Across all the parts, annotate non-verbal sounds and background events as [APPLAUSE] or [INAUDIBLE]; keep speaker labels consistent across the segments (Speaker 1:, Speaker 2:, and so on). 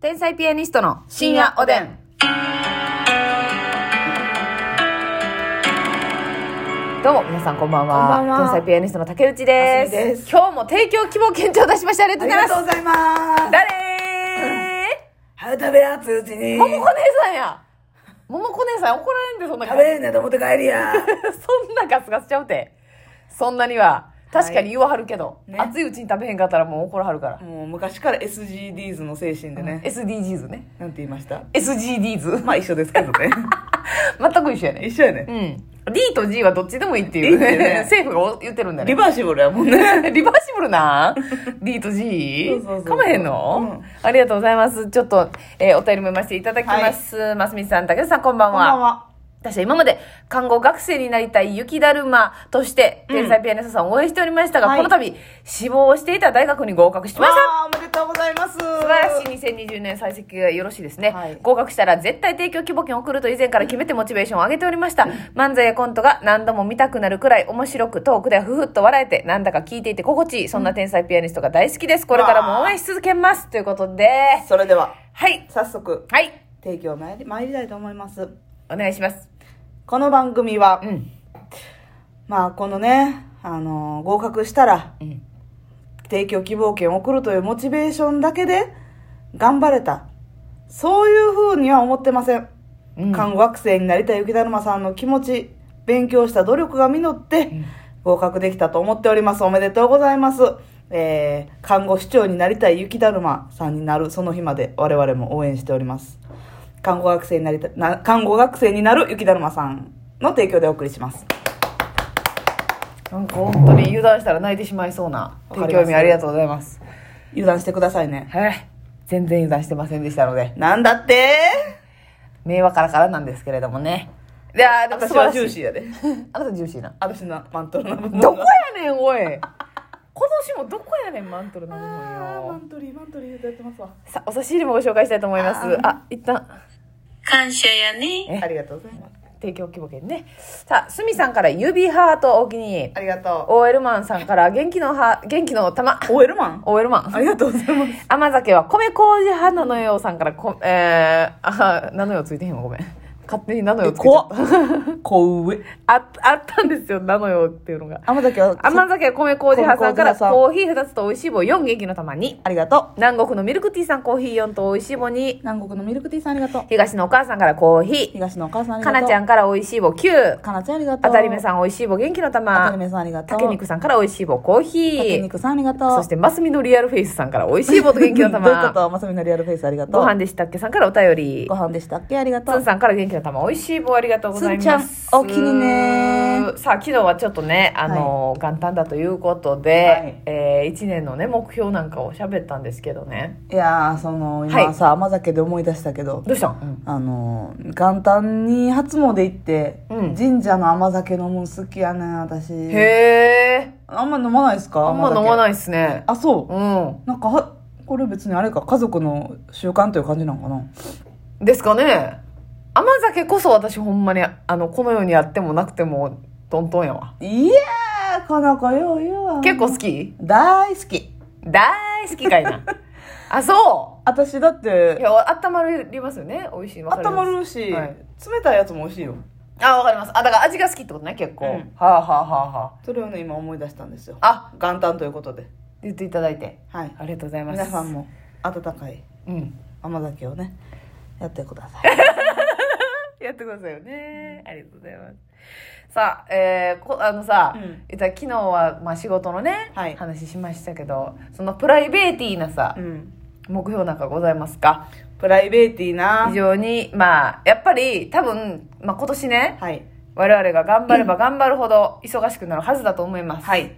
Speaker 1: 天才ピアニストの深夜おでん。どうも皆さんこんばんは。
Speaker 2: こんばんは
Speaker 1: 天才ピアニストの竹内です。
Speaker 2: あすみです
Speaker 1: 今日も提供希望検討を出しましてありがと
Speaker 2: あ
Speaker 1: う
Speaker 2: り
Speaker 1: ございます。
Speaker 2: がとうございます。
Speaker 1: 誰
Speaker 2: はよ食べらつうちに。
Speaker 1: ももこ姉さんや。ももこ姉さん怒られんでそんな
Speaker 2: 食べれんねと思って帰りや。
Speaker 1: そんなガスガスちゃうて。そんなには。確かに言わはるけど、
Speaker 2: ね
Speaker 1: 熱いうちに食べへんかったらもう怒らはるから。
Speaker 2: もう昔から SGDs の精神でね。
Speaker 1: SDGs ね。
Speaker 2: なんて言いました
Speaker 1: SGDs。
Speaker 2: まあ一緒ですけどね。
Speaker 1: [LAUGHS] 全く一緒やね。
Speaker 2: 一緒やね。
Speaker 1: うん。D と G はどっちでもいいっていう、
Speaker 2: いいってね
Speaker 1: [LAUGHS] 政府が言ってるんだね。
Speaker 2: リバーシブルやもん
Speaker 1: [LAUGHS]
Speaker 2: ね。
Speaker 1: リバーシブルな ?D と G?
Speaker 2: そうそうそう
Speaker 1: かまへんの、ありがとうございます。ちょっと、えーお便りも読ませていただきます。ますみさん、竹内さん、こんばんは。
Speaker 2: は。
Speaker 1: 私は今まで看護学生になりたい雪だるまとして、
Speaker 2: うん
Speaker 1: 天才ピアニストさんを応援しておりましたが、
Speaker 2: はい
Speaker 1: この度、志望していた大学に合格しました。
Speaker 2: おめでとうございます。素
Speaker 1: 素晴らしい2020年採績がよろしいですね、
Speaker 2: はい
Speaker 1: 合格したら絶対提供希望券を送ると以前から決めてモチベーションを上げておりました漫才やコントが何度も見たくなるくらい面白くトークではふふっと笑えてなんだか聞いていて心地いいそんな天才ピアニストが大好きですこれからも応援し続けますということで
Speaker 2: それでは、
Speaker 1: はい
Speaker 2: 早速、
Speaker 1: はい
Speaker 2: 提供参り参りたいと思います。
Speaker 1: お願いします
Speaker 2: この番組は、
Speaker 1: うん
Speaker 2: まあこのね、あのー合格したら、
Speaker 1: うん
Speaker 2: 提供希望券を送るというモチベーションだけで頑張れた。そういうふうには思ってません。
Speaker 1: うん
Speaker 2: 看護学生になりたい雪だるまさんの気持ち、勉強した努力が実って、合格できたと思っております。おめでとうございます。えー、看護師長になりたい雪だるまさんになるその日まで我々も応援しております。看護学生になりた、な、看護学生になる雪だるまさんの提供でお送りします。
Speaker 1: なんか本当に油断したら泣いてしまいそうな
Speaker 2: わか
Speaker 1: 提供
Speaker 2: ります
Speaker 1: 意味ありがとうございます
Speaker 2: 油断してくださいね。
Speaker 1: はい全然油断してませんでしたので
Speaker 2: なんだって
Speaker 1: 名和からからなんですけれどもねいやーでも素
Speaker 2: 私
Speaker 1: 晴ら
Speaker 2: は
Speaker 1: しい
Speaker 2: ジューシーやで。
Speaker 1: あなたジューシーな
Speaker 2: 私のマントルの部分
Speaker 1: どこやねんおい今年もどこやねんマントルの部
Speaker 2: あーマ
Speaker 1: 分よ
Speaker 2: ントリー、マントリーやってますわ。
Speaker 1: さあお差し入れもご紹介したいと思います
Speaker 2: あー
Speaker 1: あ一旦
Speaker 3: 感謝やね。
Speaker 1: え
Speaker 2: ありがとうございます。
Speaker 1: 提供希望券ねさあすみさんから指ハートお気に入り
Speaker 2: ありがと
Speaker 1: OL マンさんから元気のは元気の玉
Speaker 2: う。OL マン
Speaker 1: OL マン
Speaker 2: ありがとうございます。
Speaker 1: 甘酒は米麹派なのよさんからこえー、あなのよついてへんわごめん勝手になのよついて
Speaker 2: 怖
Speaker 1: た
Speaker 2: っ。こう上。
Speaker 1: ああったんですよなのよっていうのが
Speaker 2: 天崎は、
Speaker 1: 甘酒は米麹派さんから
Speaker 2: 米麹派さん
Speaker 1: コーヒー2つと美味しい棒4元気の玉に
Speaker 2: ありがと
Speaker 1: 南国のミルクティーさんコーヒー4と美味しい棒に
Speaker 2: う。南国のミルクティーさんありがとう。
Speaker 1: 東のお母さんからコーヒ
Speaker 2: 東のお母さんあ
Speaker 1: ー
Speaker 2: り
Speaker 1: か
Speaker 2: がと
Speaker 1: な
Speaker 2: う。
Speaker 1: ちゃんから美味しい棒9
Speaker 2: ん。かなちゃんありがとう。
Speaker 1: あたりめ
Speaker 2: ん。
Speaker 1: さん美味しい棒元気の
Speaker 2: あたり
Speaker 1: 玉
Speaker 2: めさんありがとう。
Speaker 1: 竹肉さんから美味しい棒コーヒ
Speaker 2: 竹
Speaker 1: ー
Speaker 2: 肉さんありがとう。
Speaker 1: そしてますみのリアルフェイスさんから美味しい棒と元気の
Speaker 2: [LAUGHS] どういうこ
Speaker 1: 玉
Speaker 2: とまさみのリアルフェイスありがとう。
Speaker 1: ご飯でしたっけさんからお便り
Speaker 2: ご飯でしたっけありがと
Speaker 1: つん
Speaker 2: う。
Speaker 1: さんから元気の玉美味しい棒ありがとうございます
Speaker 2: つんちゃんお気にね
Speaker 1: さあ昨日はちょっとねあの、元旦だということで、
Speaker 2: はい
Speaker 1: え1年のね目標なんかを喋ったんですけどね
Speaker 2: いやー、その、
Speaker 1: は
Speaker 2: 今
Speaker 1: い
Speaker 2: さ、甘酒で思い出したけど、
Speaker 1: どうしたん、
Speaker 2: あの、元旦に初詣行って、
Speaker 1: うん
Speaker 2: 神社の甘酒飲むの好きやねん、私。
Speaker 1: へえ
Speaker 2: あんま飲まないですか
Speaker 1: あんま飲ま
Speaker 2: い。
Speaker 1: ないっすね
Speaker 2: あ、そう。
Speaker 1: うん
Speaker 2: なんかは、これ別にあれか、家族の習慣という感じなのかな
Speaker 1: ですかね甘酒こそ私ほんまにあのこの世にあってもなくてもトントンやわ
Speaker 2: いやー、かなかよう言うわ。
Speaker 1: 結構好き
Speaker 2: 大好き。
Speaker 1: 大好きかいな [LAUGHS] あそ
Speaker 2: 私だっ
Speaker 1: うい
Speaker 2: て、
Speaker 1: やあったまりますよね美味しいわかり
Speaker 2: 温
Speaker 1: ます
Speaker 2: まるし、
Speaker 1: はい
Speaker 2: 冷たいやつも美味しいよ。
Speaker 1: あわかりますあだから味が好きってことね結構、
Speaker 2: うん
Speaker 1: はあはあはあは
Speaker 2: それをね、今思い出したんですよ。
Speaker 1: ああ
Speaker 2: 元旦ということで。
Speaker 1: 言っていただいて
Speaker 2: はい。
Speaker 1: ありがとうございます
Speaker 2: 皆さんも、温かい
Speaker 1: うん
Speaker 2: 甘酒をね、やってくださ
Speaker 1: [LAUGHS]
Speaker 2: い。
Speaker 1: やってくださいよね、ありがとうございますさあえー、こあのさ、
Speaker 2: うん
Speaker 1: 言ったら昨日は、まあ、仕事のね、
Speaker 2: はい
Speaker 1: 話しましたけどそのプライベーティーなさ、
Speaker 2: うん。
Speaker 1: 目標なんかございますか
Speaker 2: プライベーティーな
Speaker 1: 非。常にまあやっぱり多分、まあ、今年ね
Speaker 2: はい。
Speaker 1: 我々が頑張れば頑張るほど忙しくなるはずだと思います、
Speaker 2: はい。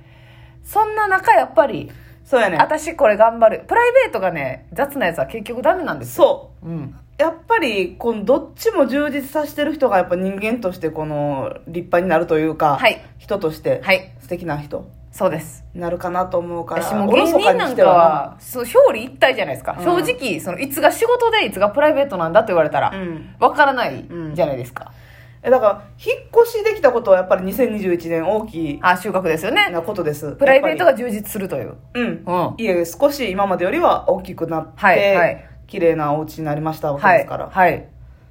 Speaker 1: そんな中やっぱり
Speaker 2: そうやね。
Speaker 1: 私これ頑張るプライベートがね雑なやつは結局ダメなんですよ
Speaker 2: そう。
Speaker 1: うん
Speaker 2: やっぱり、このどっちも充実させてる人が、やっぱ人間として、この、立派になるというか、
Speaker 1: はい
Speaker 2: 人として、
Speaker 1: はい
Speaker 2: 素敵な人
Speaker 1: そうです
Speaker 2: になるかなと思うから、
Speaker 1: 私も
Speaker 2: おろ
Speaker 1: 芸
Speaker 2: そか
Speaker 1: 人
Speaker 2: に
Speaker 1: な
Speaker 2: し
Speaker 1: ん
Speaker 2: て
Speaker 1: か
Speaker 2: は
Speaker 1: はそう表裏一体じゃないですか、
Speaker 2: うん
Speaker 1: 正直そのいつが仕事でいつがプライベートなんだって言われたら、
Speaker 2: な、うん。
Speaker 1: わからないじゃないですか、
Speaker 2: えだから、引っ越しできたことは、やっぱり2021年大きい
Speaker 1: あ収穫ですよね
Speaker 2: なことです。
Speaker 1: プライベート
Speaker 2: やっ
Speaker 1: が充実するという
Speaker 2: ぱり、うん。
Speaker 1: うん
Speaker 2: 家が少し今までよりは大きくなって、
Speaker 1: はいはい
Speaker 2: 綺麗なお家になりましたわけ
Speaker 1: は
Speaker 2: で
Speaker 1: い。
Speaker 2: すから、
Speaker 1: はい。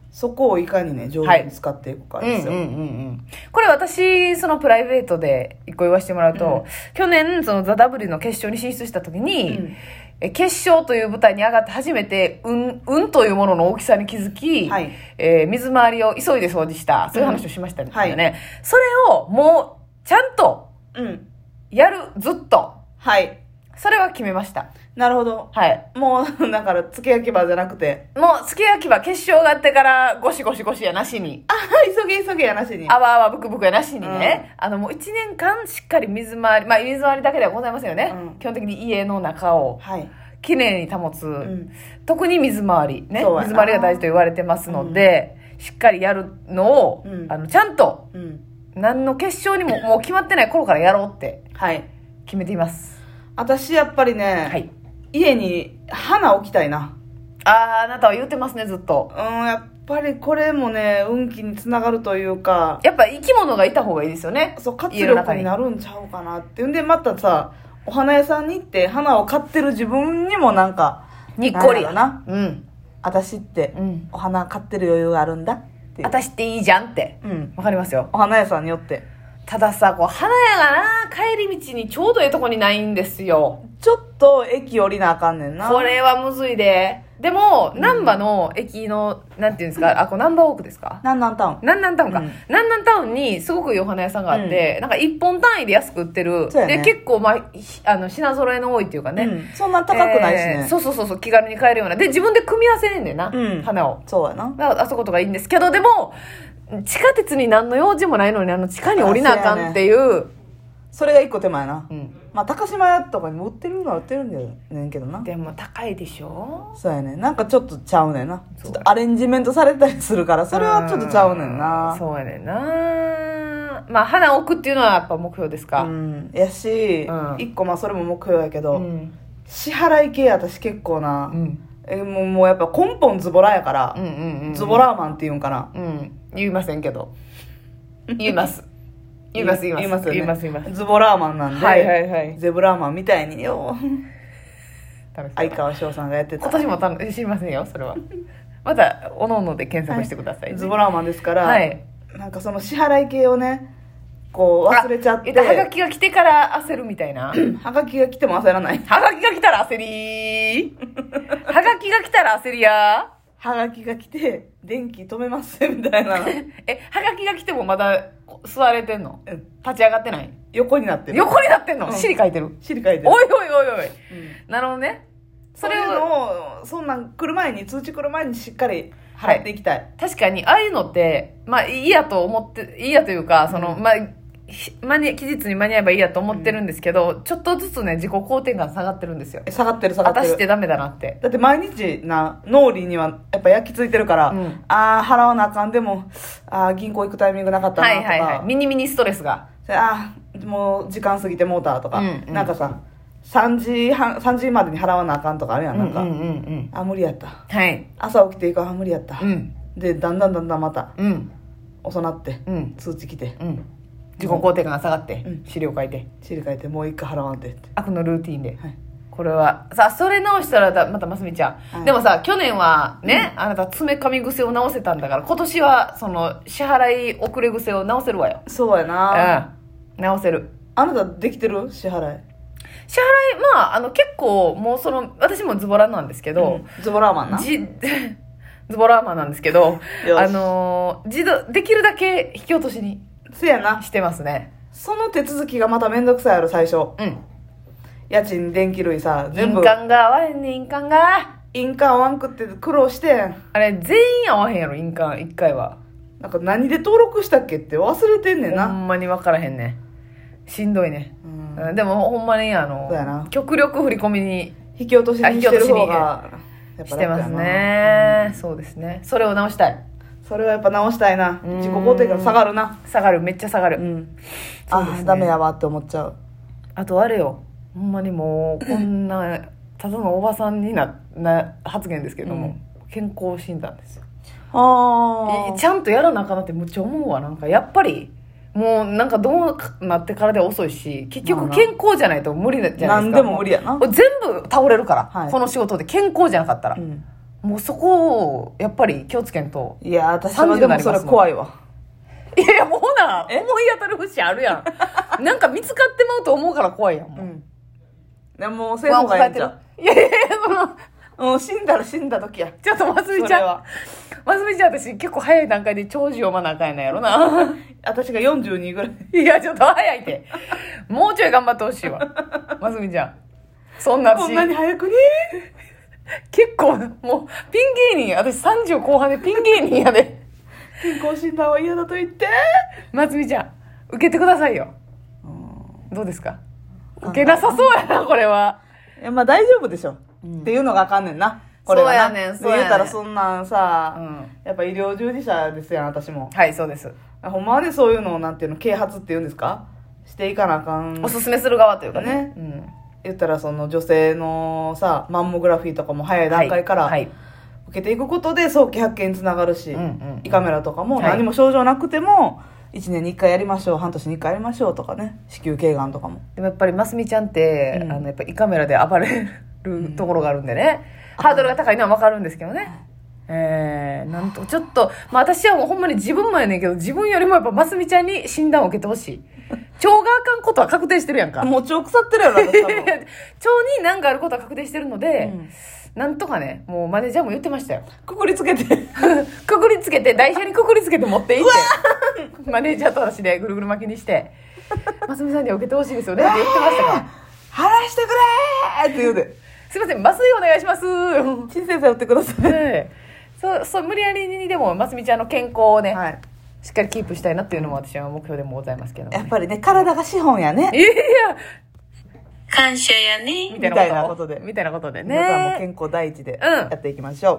Speaker 2: そこをいかにね上手に使っていくか
Speaker 1: うんうん
Speaker 2: です
Speaker 1: うん
Speaker 2: よ、
Speaker 1: うん。これ私、そのプライベートで一個言わせてもらうと、去年、そのザ・ダブルの決勝に進出した時に、
Speaker 2: うん
Speaker 1: え決勝という舞台に上がって初めて、運、運というものの大きさに気づき、
Speaker 2: はい
Speaker 1: えー水回りを急いで掃除した、そういう話をしましたね。
Speaker 2: はい
Speaker 1: ねそれをもう、ちゃんと、
Speaker 2: うん
Speaker 1: やる、ずっと。
Speaker 2: はい
Speaker 1: それは決めました。
Speaker 2: なるほど
Speaker 1: はい。
Speaker 2: もうだからつけ焼き場じゃなくて
Speaker 1: もう、すき焼きは決勝があってから、ゴシゴシゴシやなしに、
Speaker 2: あ急げ急げやなしに
Speaker 1: あわあわブクブクやなしにね、あの、もう一年間しっかり水回り、まあ、水回りだけではございませんよね。
Speaker 2: うん
Speaker 1: 基本的に家の中を
Speaker 2: はい、
Speaker 1: きれいに保つ、
Speaker 2: うん、
Speaker 1: 特に水回りね
Speaker 2: そうやな
Speaker 1: 水回りが大事と言われてますので、しっかりやるのを、
Speaker 2: うん
Speaker 1: あの、ちゃんと、
Speaker 2: うん
Speaker 1: 何の決勝に
Speaker 2: [LAUGHS]
Speaker 1: ももう決まってない頃からやろうって
Speaker 2: はい
Speaker 1: 決めています。
Speaker 2: 私やっぱりね、
Speaker 1: はい。
Speaker 2: 家に花置きたいな
Speaker 1: ああ、あなたは言ってますね、ずっと
Speaker 2: う。んやっぱりこれもね運気につながるというか
Speaker 1: やっぱ生き物がいた方がいいですよね。
Speaker 2: そう活
Speaker 1: 家の中
Speaker 2: 力
Speaker 1: に
Speaker 2: になるんちゃうかなっていうんでまたさお花屋さんに行って花を買ってる自分にもなんか
Speaker 1: にっこり。
Speaker 2: なんやろな
Speaker 1: うん。
Speaker 2: 私って
Speaker 1: うん。
Speaker 2: お花買ってる余裕があるんだっていう
Speaker 1: 私っていいじゃんって。
Speaker 2: うん
Speaker 1: わかりますよ。
Speaker 2: お花屋さんによって
Speaker 1: たださ、こう、花屋がな、帰り道にちょうどええとこにないんですよ。
Speaker 2: ちょっと駅降りなあかんねんな
Speaker 1: これはむずいで。でも、難波の駅の、なんていうんですか、あ、こう、難波ウォークですか
Speaker 2: なんなんタウン
Speaker 1: 南南タウンか、
Speaker 2: うん
Speaker 1: 南南タウンにすごくいいお花屋さんがあって、なんか一本単位で安く売ってる、
Speaker 2: そうやね
Speaker 1: で結構、まあ、ひあの品揃えの多いっていうかね、
Speaker 2: うんそんな高くないし
Speaker 1: え
Speaker 2: ね
Speaker 1: ー、そうそうそうそう気軽に買えるようなで自分で組み合わせねんだよな、
Speaker 2: うん
Speaker 1: 花を
Speaker 2: そうやな
Speaker 1: だからあそことかいいんですけどでも地下鉄に何の用事もないのにあの地下に降りなあかんっていう
Speaker 2: それが一個手前やな
Speaker 1: うん
Speaker 2: まあ高島屋とかにも売ってるのは売ってるんだよねんけどな
Speaker 1: でも高いでしょ
Speaker 2: そうやねなんかちょっとちゃうねんなち
Speaker 1: そう
Speaker 2: ょっとアレンジメントされたりするからそれはちょっとちゃうねんな
Speaker 1: そうやねんなまあ花置くっていうのはやっぱ目標ですか、
Speaker 2: うん、やし、
Speaker 1: うん
Speaker 2: 一個まあそれも目標やけど、
Speaker 1: うん
Speaker 2: 支払い系私結構な、
Speaker 1: うん、
Speaker 2: えもうもうやっぱ根本ズボラやから
Speaker 1: うんう、んうん
Speaker 2: ズボラーマンって言うんかな、
Speaker 1: うん言いませんけど言います言います言います
Speaker 2: 言い
Speaker 1: 言いま
Speaker 2: ますよね
Speaker 1: す言います
Speaker 2: ズボラーマンなんで、
Speaker 1: はいはいはい
Speaker 2: ゼブラーマンみたいによ
Speaker 1: 楽しそう
Speaker 2: 相川翔さんがやってた
Speaker 1: 今年も楽知りませんよそれはまたおのおので検索してください、
Speaker 2: ズボラーマンですから、
Speaker 1: はい
Speaker 2: なんかその支払い系をねこう忘れちゃ
Speaker 1: あ
Speaker 2: って
Speaker 1: 言たはがきが来てから焦るみたいな
Speaker 2: [LAUGHS] はがきが来ても焦らない
Speaker 1: はがきが来たら焦りー [LAUGHS] はがきが来たら焦りや
Speaker 2: はがきが来て電気止めますみたいな [LAUGHS]
Speaker 1: ーえはがきが来てもまだ座れてんの
Speaker 2: うん
Speaker 1: 立ち上がってない
Speaker 2: 横になってる
Speaker 1: 横になってんの
Speaker 2: うん
Speaker 1: 尻書いてる
Speaker 2: 尻書いてる
Speaker 1: おいおいおいおい
Speaker 2: うん
Speaker 1: なるほどね
Speaker 2: そ
Speaker 1: それ
Speaker 2: れ
Speaker 1: を
Speaker 2: をそんなん来る前に通知来る前にしっかり払っていきたい、
Speaker 1: 確かにああいうのってまあいいやと思っていいやというかその、まあひ間に期日に間に合えばいいやと思ってるんですけど、ちょっとずつね自己肯定感下がってるんですよ
Speaker 2: 下がってる下がってる
Speaker 1: 私ってダメだなって
Speaker 2: だって毎日な脳裏にはやっぱ焼き付いてるから、
Speaker 1: うん
Speaker 2: ああ払わなあかんでもああ銀行行くタイミングなかったな
Speaker 1: は
Speaker 2: とか、
Speaker 1: いはいはいミニミニストレスが
Speaker 2: ああもう時間過ぎてもうたとか、
Speaker 1: うんうん
Speaker 2: なんかさ3時半3時までに払わなあかんとかあるやんなんか、
Speaker 1: うんうんうんうん
Speaker 2: あ無理やった
Speaker 1: はい
Speaker 2: 朝起きていくあ無理やった、
Speaker 1: うん
Speaker 2: でだんだんだんだんまた
Speaker 1: うん
Speaker 2: 遅なって、
Speaker 1: うん
Speaker 2: 通知来て
Speaker 1: うん自己肯定感が下がって、
Speaker 2: うん
Speaker 1: 資料書いて
Speaker 2: 知り替えてもう一回払わんてって
Speaker 1: 悪のルーティンで、
Speaker 2: はい
Speaker 1: これはさあそれ直したらだまたますみちゃん、
Speaker 2: はい
Speaker 1: でもさ去年はね、あなた爪噛み癖を直せたんだから今年はその支払い遅れ癖を直せるわよ
Speaker 2: そうやな、
Speaker 1: うん直せる
Speaker 2: あなたできてる支払い
Speaker 1: 支払いまああの結構もうその私もズボラなんですけど、
Speaker 2: うんズボラーマンな
Speaker 1: じ [LAUGHS] ズボラーマンなんですけど
Speaker 2: よし
Speaker 1: あのー自動できるだけ引き落としに
Speaker 2: せやな
Speaker 1: してますね
Speaker 2: その手続きがまためんどくさいやろ最初
Speaker 1: うん
Speaker 2: 家賃電気類さ全部
Speaker 1: 印鑑が合わへんねん印鑑が
Speaker 2: 印鑑合わんくって苦労してん
Speaker 1: あれ全員合わへんやろ印鑑1回は
Speaker 2: なんか何で登録したっけって忘れてんねん
Speaker 1: ほ
Speaker 2: な、
Speaker 1: んまに分からへんねしんどいね、
Speaker 2: うん
Speaker 1: うんでもほんまにあの
Speaker 2: そうやな
Speaker 1: 極力振り込みに
Speaker 2: 引き落としにしてる方がやっぱ楽やな
Speaker 1: してますね、そうですねそれを直したい
Speaker 2: それはやっぱ直したいな
Speaker 1: うん
Speaker 2: 自己肯定感下がるな
Speaker 1: 下がるめっちゃ下がる、
Speaker 2: うん
Speaker 1: そうですね
Speaker 2: ああダメやわって思っちゃう
Speaker 1: あとあれよほんまにもうこんなただのおばさんになな発言ですけども、健康診断ですよ
Speaker 2: あ
Speaker 1: いちゃんとやらなあかなってむっちゃ思うわなんかやっぱりもうなんかどうかなってからで遅いし結局
Speaker 2: まあな
Speaker 1: 健康じゃないと無理じゃないですか
Speaker 2: 何でも無理やな
Speaker 1: う全部倒れるから、
Speaker 2: はい
Speaker 1: この仕事で健康じゃなかったら、
Speaker 2: うん
Speaker 1: もうそこを、やっぱり気をつけんと。
Speaker 2: いやー、私はでもそれ怖いわ。
Speaker 1: いやいや、もうほな、思い当たる節あるやん。なんか見つかってまうと思うから怖いやん。も
Speaker 2: う。
Speaker 1: うん
Speaker 2: でも、もうせい方がいいんじゃん。
Speaker 1: いやいやいや、その、
Speaker 2: うん、死んだら死んだ時や。
Speaker 1: ちょっとますみち
Speaker 2: それ
Speaker 1: ゃ
Speaker 2: は
Speaker 1: ん。ますみちゃん私結構早い段階で長寿読まなあかんやなんやろな。
Speaker 2: 私が42ぐらい。
Speaker 1: いや、ちょっと早いって。もうちょい頑張ってほしいわ。ますみちゃん。そんな
Speaker 2: こ
Speaker 1: 私
Speaker 2: んなに早くに
Speaker 1: 結構、もう、ピン芸人、私30後半でピン芸人やで。
Speaker 2: 健康診断は嫌だと言って。
Speaker 1: まつみちゃん、受けてくださいよ。どうですか受けなさそうやな、これは。
Speaker 2: いやまあ大丈夫でしょ、っていうのがあかんねんなこれはな
Speaker 1: そうやねん
Speaker 2: で
Speaker 1: そうやねん
Speaker 2: 言うたらそんなんさ、
Speaker 1: うん
Speaker 2: やっぱ医療従事者ですやん私も
Speaker 1: はい、そうです。
Speaker 2: ほんまにそういうのをなんていうの啓発っていうんですかしていかなあかん
Speaker 1: おすすめする側というかね
Speaker 2: ね。
Speaker 1: うん
Speaker 2: 言ったらその女性のさマンモグラフィーとかも早い段階から、
Speaker 1: はい。
Speaker 2: 受けていくことで早期発見につながるし、
Speaker 1: うんうん
Speaker 2: 胃カメラとかも
Speaker 1: はい
Speaker 2: 何も症状なくても、1年に1回やりましょう半年に1回やりましょうとかね子宮頸がんとかも
Speaker 1: でもやっぱりますみちゃんって、
Speaker 2: うん
Speaker 1: あの、やっぱ胃カメラで暴れるところがあるんでね。ハードルが高いのはわかるんですけどね。えー、なんと、ちょっと、まあ私はもうほんまに自分もやねんけど、自分よりもやっぱますみちゃんに診断を受けてほし [LAUGHS] い。腸があかんことは確定してるやんか。
Speaker 2: もう腸腐ってるやろ私 [LAUGHS] 多分
Speaker 1: [LAUGHS] 腸に何かあることは確定してるので、なんとかねもうマネージャーも言ってましたよ
Speaker 2: くくりつけて
Speaker 1: [LAUGHS] くくりつけて台車にくくりつけて持ってい
Speaker 2: [LAUGHS]
Speaker 1: ってマネージャーと私でぐるぐる巻きにして「ますみさんには受けてほしいですよね」って言ってました
Speaker 2: [LAUGHS]
Speaker 1: から
Speaker 2: 話してくれーって言うで。
Speaker 1: 「すいません麻酔お願いし
Speaker 2: [LAUGHS]
Speaker 1: ます」
Speaker 2: 陳先生打ってくださ
Speaker 1: ね
Speaker 2: い。
Speaker 1: えそうそう無理やりにでもますみちゃんの健康をね、
Speaker 2: はい。
Speaker 1: しっかりキープしたいなっていうのも私は目標でもございますけど
Speaker 2: やっ
Speaker 1: ね
Speaker 2: ぱりね、体が資本やね。
Speaker 1: いやいや
Speaker 3: 感謝やね。
Speaker 1: みたいなこと
Speaker 2: みたいなことで
Speaker 1: みたいなことでね
Speaker 2: 皆さんも健康第一で
Speaker 1: うん
Speaker 2: やっていきましょう。